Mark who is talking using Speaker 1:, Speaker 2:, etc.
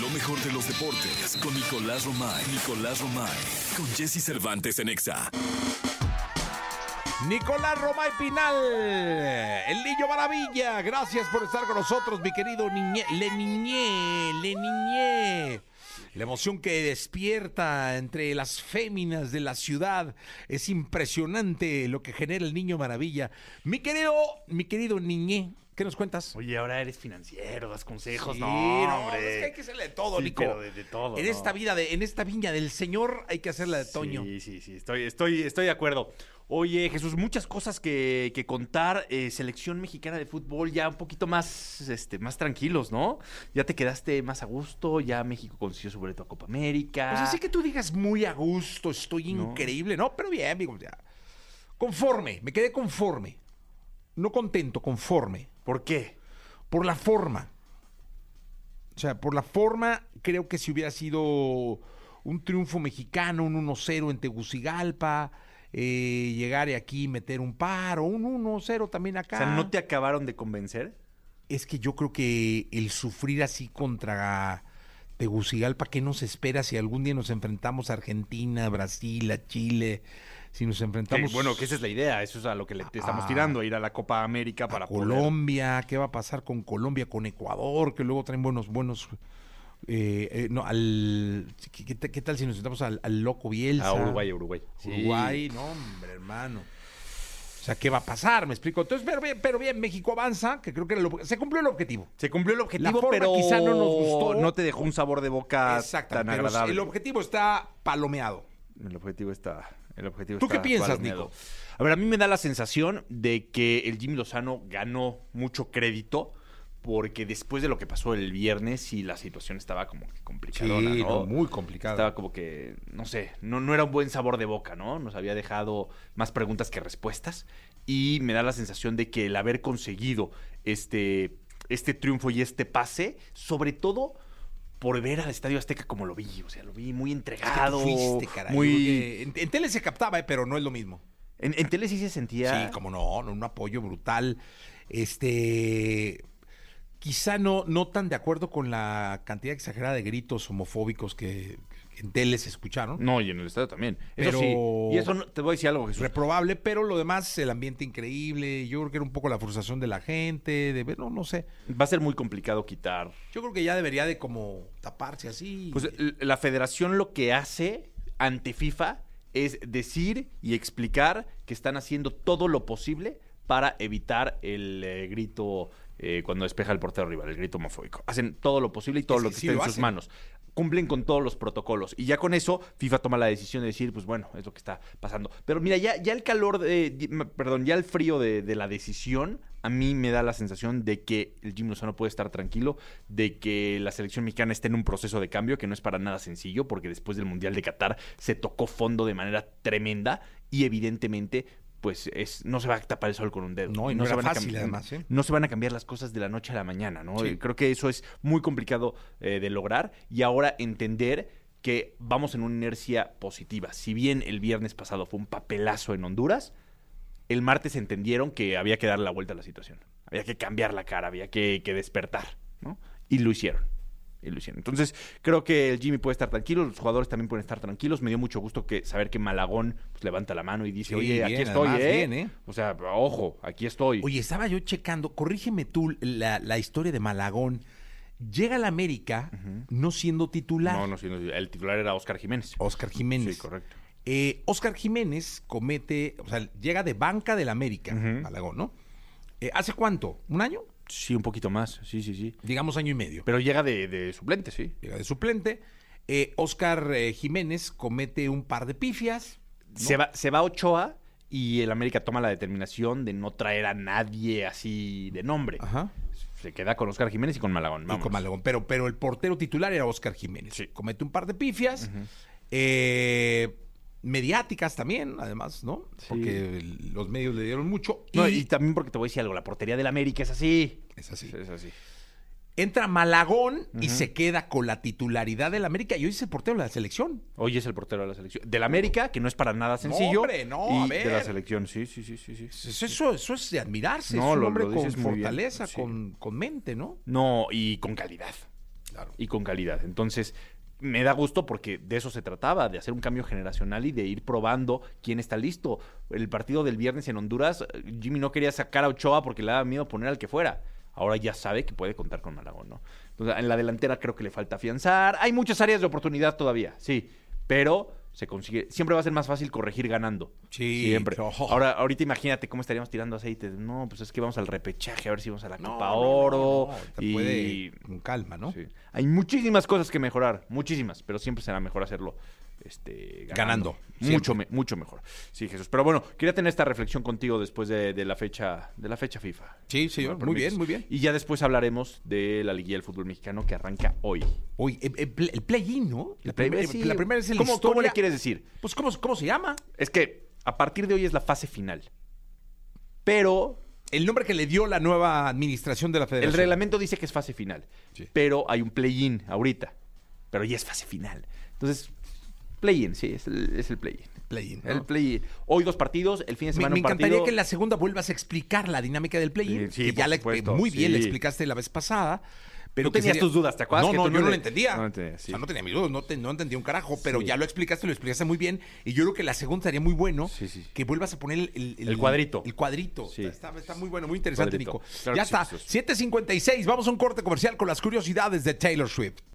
Speaker 1: Lo mejor de los deportes con Nicolás Romay. Nicolás Romay. Con Jesse Cervantes en Exa.
Speaker 2: Nicolás Romay Pinal, el niño maravilla, gracias por estar con nosotros, mi querido niñe, le niñé, le niñé. La emoción que despierta entre las féminas de la ciudad es impresionante lo que genera el niño maravilla. Mi querido, mi querido niñé, ¿qué nos cuentas?
Speaker 3: Oye, ahora eres financiero, das consejos,
Speaker 2: Sí,
Speaker 3: no,
Speaker 2: es
Speaker 3: hombre.
Speaker 2: que hay que hacerle de todo,
Speaker 3: Sí,
Speaker 2: Nico.
Speaker 3: pero de- de todo,
Speaker 2: en
Speaker 3: ¿no?
Speaker 2: esta vida, de, en esta viña del Señor, hay que hacerla de Toño.
Speaker 3: Sí, sí, sí, estoy, estoy, estoy de acuerdo. Oye, Jesús, muchas cosas que, que contar. Eh, selección mexicana de fútbol ya un poquito más, este, más tranquilos, ¿no? Ya te quedaste más a gusto, ya México consiguió su boleto a Copa América.
Speaker 2: Pues así que tú digas muy a gusto, estoy
Speaker 3: Ah. No.
Speaker 2: increíble, ¿no? Pero bien, digo, ya. Conforme, me quedé conforme. No contento, conforme.
Speaker 3: ¿Por qué?
Speaker 2: Por la forma. O sea, por la forma, creo que si hubiera sido un triunfo mexicano, un 1-0 en Tegucigalpa, eh, llegar aquí y meter un par o un 1-0 también acá.
Speaker 3: O sea, ¿no te acabaron de convencer?
Speaker 2: Es que yo creo que el sufrir así contra Tegucigalpa, ¿qué nos espera si algún día nos enfrentamos a Argentina, Brasil, a Chile? Si nos enfrentamos
Speaker 3: Que, bueno, que esa es la idea, eso es a lo que le te estamos
Speaker 2: Ah.
Speaker 3: tirando, a ir a la Copa América
Speaker 2: a
Speaker 3: para poder-
Speaker 2: Colombia, ¿qué va a pasar con Colombia, con Ecuador? Que luego traen buenos, buenos... eh, eh, no, al, ¿qué, qué tal- qué tal si nos enfrentamos al, al loco Bielsa?
Speaker 3: A Uruguay, a Uruguay. Sí.
Speaker 2: Uruguay, no, hombre, hermano. O sea, ¿qué va a pasar? Me explico. Entonces, pero bien, pero bien, México avanza, que creo que era lo- se cumplió el objetivo.
Speaker 3: Se cumplió el objetivo,
Speaker 2: forma
Speaker 3: pero
Speaker 2: quizá no nos gustó.
Speaker 3: No te dejó un sabor de boca tan
Speaker 2: Exactamente. pero
Speaker 3: agradable.
Speaker 2: el objetivo está palomeado.
Speaker 3: El objetivo está. El objetivo
Speaker 2: ¿Tú
Speaker 3: está
Speaker 2: qué piensas,
Speaker 3: palomeado.
Speaker 2: Nico?
Speaker 3: A ver, a mí me da la sensación de que el Jimmy Lozano ganó mucho crédito. Porque después de lo que pasó el viernes, sí, la situación estaba como que complicadona, ¿no?
Speaker 2: complicado.
Speaker 3: Estaba como que, no sé, no, no era un buen sabor de boca, ¿no? Nos había dejado más preguntas que respuestas. Y me da la sensación de que el haber conseguido este, este triunfo y este pase, sobre todo por ver al Estadio Azteca como lo vi, o sea, lo vi muy entregado, muy...
Speaker 2: En, en tele se captaba, eh, pero no es lo mismo.
Speaker 3: En, en tele sí se sentía...
Speaker 2: Sí, como no, no, un apoyo brutal. Este. Quizá no, no tan de acuerdo con la cantidad exagerada de gritos homofóbicos que, que en tele se escucharon.
Speaker 3: No, y en el estadio también.
Speaker 2: Pero-
Speaker 3: Eso sí, y eso no- te voy a decir algo, Jesús.
Speaker 2: Reprobable, pero lo demás, el ambiente increíble. Yo creo que era un poco la frustración de la gente, de ver, no, no sé.
Speaker 3: Va a ser muy complicado quitar
Speaker 2: Yo creo que ya debería de como taparse así.
Speaker 3: Pues l- la federación lo que hace ante FIFA es decir y explicar que están haciendo todo lo posible para evitar el eh, grito eh, cuando despeja el portero rival, el grito homofóbico. Hacen todo lo posible y todo
Speaker 2: Es
Speaker 3: lo
Speaker 2: que
Speaker 3: que
Speaker 2: sí
Speaker 3: esté
Speaker 2: lo
Speaker 3: en sus
Speaker 2: hacen.
Speaker 3: manos. Cumplen con todos los protocolos. Y ya con eso, FIFA toma la decisión de decir, pues bueno, es lo que está pasando. Pero mira, ya, ya el calor, de, di- m- perdón, ya el frío de, de la decisión, a mí me da la sensación de que el Jim Lozano puede estar tranquilo, de que la selección mexicana está en un proceso de cambio que no es para nada sencillo, porque después del Mundial de Qatar se tocó fondo de manera tremenda y evidentemente... Pues es, no se va a tapar el sol con un dedo.
Speaker 2: No, y no
Speaker 3: se
Speaker 2: era
Speaker 3: van a
Speaker 2: fácil,
Speaker 3: cambiar-
Speaker 2: además, ¿eh?
Speaker 3: no se van a cambiar las cosas de la noche a la mañana, ¿no?
Speaker 2: Sí.
Speaker 3: Eh, Creo que eso es muy complicado eh, de lograr y ahora entender que vamos en una inercia positiva. Si bien el viernes pasado fue un papelazo en Honduras, el martes entendieron que había que dar la vuelta a la situación. Había que cambiar la cara, había que, que despertar, ¿no? Y lo hicieron. Y lo hicieron. Entonces, creo que el Jimmy puede estar tranquilo, los jugadores también pueden estar tranquilos. Me dio mucho gusto que saber que Malagón pues, levanta la mano y dice,
Speaker 2: Sí,
Speaker 3: oye, aquí
Speaker 2: bien,
Speaker 3: estoy,
Speaker 2: además,
Speaker 3: ¿eh?
Speaker 2: bien, ¿eh?
Speaker 3: O sea, ojo, aquí estoy.
Speaker 2: Oye, estaba yo checando, corrígeme tú la, la historia de Malagón. Llega a la América no siendo titular.
Speaker 3: No, no, sí, no, el titular era Oscar Jiménez.
Speaker 2: Oscar Jiménez.
Speaker 3: Sí, correcto.
Speaker 2: Eh, Oscar Jiménez comete, o sea, llega de banca del América,
Speaker 3: Ujú.
Speaker 2: Malagón, ¿no? Eh, ¿Hace cuánto? ¿Un año?
Speaker 3: Sí, un poquito más, sí, sí, sí.
Speaker 2: Digamos año y medio.
Speaker 3: Pero llega de, de suplente, sí.
Speaker 2: Llega de suplente. Eh, Oscar eh, Jiménez comete un par de pifias. ¿no?
Speaker 3: Se, va, se va Ochoa y el América toma la determinación de no traer a nadie así de nombre.
Speaker 2: Ajá.
Speaker 3: Se queda con Oscar Jiménez y con Malagón.
Speaker 2: Y
Speaker 3: Vamos.
Speaker 2: con Malagón. Pero, pero el portero titular era Oscar Jiménez.
Speaker 3: Sí.
Speaker 2: Comete un par de pifias. eh, mediáticas también, además, ¿no?
Speaker 3: Sí.
Speaker 2: Porque el- los medios le dieron mucho. Y,
Speaker 3: No, y también porque te voy a decir algo, la portería del América es así.
Speaker 2: es así.
Speaker 3: Es así.
Speaker 2: Entra Malagón y se queda con la titularidad del América. Y hoy es el portero de la selección.
Speaker 3: Hoy es el portero de la selección. Del América, que no es para nada sencillo.
Speaker 2: hombre, no,
Speaker 3: y
Speaker 2: a ver.
Speaker 3: De la selección, sí, sí, sí, sí. sí.
Speaker 2: Eso, eso- eso es de admirarse.
Speaker 3: No,
Speaker 2: es un
Speaker 3: lo-
Speaker 2: hombre
Speaker 3: lo
Speaker 2: con
Speaker 3: dices muy bien,
Speaker 2: fortaleza,
Speaker 3: sí.
Speaker 2: con, con mente, ¿no?
Speaker 3: No, y con calidad.
Speaker 2: Claro.
Speaker 3: y con calidad. Entonces, me da gusto porque de eso se trataba, de hacer un cambio generacional y de ir probando quién está listo. El partido del viernes en Honduras, eh, Jimmy no quería sacar a Ochoa porque le daba miedo poner al que fuera. Ahora ya sabe que puede contar con Malagón, ¿no? Entonces, en la delantera creo que le falta afianzar. Hay muchas áreas de oportunidad todavía, sí, pero se consigue. Siempre va a ser más fácil corregir ganando.
Speaker 2: Sí,
Speaker 3: siempre.
Speaker 2: ojo.
Speaker 3: Ahora, ahorita imagínate cómo estaríamos tirando aceite. No, pues es que vamos al repechaje, a ver si vamos a la
Speaker 2: No,
Speaker 3: Copa
Speaker 2: no, no,
Speaker 3: Oro.
Speaker 2: no, no, te
Speaker 3: y
Speaker 2: puede con calma, ¿no?
Speaker 3: Sí. Hay muchísimas cosas que mejorar, muchísimas, pero siempre será mejor hacerlo este,
Speaker 2: Ganando,
Speaker 3: ganando. Mucho, me- mucho mejor. Sí, Jesús. Pero bueno, quería tener esta reflexión contigo después de, de la fecha de la fecha FIFA.
Speaker 2: Sí,
Speaker 3: Si me
Speaker 2: señor.
Speaker 3: lo
Speaker 2: Muy
Speaker 3: permites.
Speaker 2: bien, muy bien.
Speaker 3: Y ya después hablaremos de la Liguilla del Fútbol Mexicano que arranca hoy.
Speaker 2: Uy, eh, eh, pl- el play-in, ¿no? La,
Speaker 3: Play-
Speaker 2: primera-
Speaker 3: Eh, sí.
Speaker 2: la primera es el
Speaker 3: ¿Cómo, ¿Cómo le quieres decir?
Speaker 2: Pues, ¿cómo, ¿cómo se llama?
Speaker 3: Es que a partir de hoy es la fase final. Pero
Speaker 2: El nombre que le dio la nueva administración de la federación.
Speaker 3: El reglamento dice que es fase final,
Speaker 2: Sí.
Speaker 3: pero hay un play-in ahorita, pero ya es fase final. Entonces, play-in, sí, es el, es el play-in.
Speaker 2: Play-in,
Speaker 3: El
Speaker 2: ¿no?
Speaker 3: play-in. Hoy dos partidos, el fin de
Speaker 2: Me,
Speaker 3: semana
Speaker 2: me
Speaker 3: un partido.
Speaker 2: encantaría que en la segunda vuelvas a explicar la dinámica del play-in,
Speaker 3: Sí, sí,
Speaker 2: que ya
Speaker 3: por
Speaker 2: la- eh,
Speaker 3: supuesto,
Speaker 2: muy bien la
Speaker 3: sí.
Speaker 2: explicaste la vez pasada. Pero
Speaker 3: Tú
Speaker 2: que
Speaker 3: tenías tus dudas, ¿te acuerdas
Speaker 2: No,
Speaker 3: que
Speaker 2: no,
Speaker 3: tú
Speaker 2: yo
Speaker 3: no
Speaker 2: no lo
Speaker 3: le-
Speaker 2: entendía.
Speaker 3: no lo entendía,
Speaker 2: O
Speaker 3: sí.
Speaker 2: sea, no tenía mis dudas, no, te- no entendía un carajo, pero
Speaker 3: Sí.
Speaker 2: ya lo explicaste, lo explicaste muy bien. Y yo creo que la segunda sería muy bueno
Speaker 3: Sí, sí.
Speaker 2: que vuelvas a poner el, el-
Speaker 3: El cuadrito.
Speaker 2: El cuadrito.
Speaker 3: Sí.
Speaker 2: Está, está muy bueno, muy interesante,
Speaker 3: Cuadrito.
Speaker 2: Nico.
Speaker 3: Claro
Speaker 2: ya
Speaker 3: que sí,
Speaker 2: está,
Speaker 3: Jesús.
Speaker 2: 7.56, vamos a un corte comercial con las curiosidades de Taylor Swift.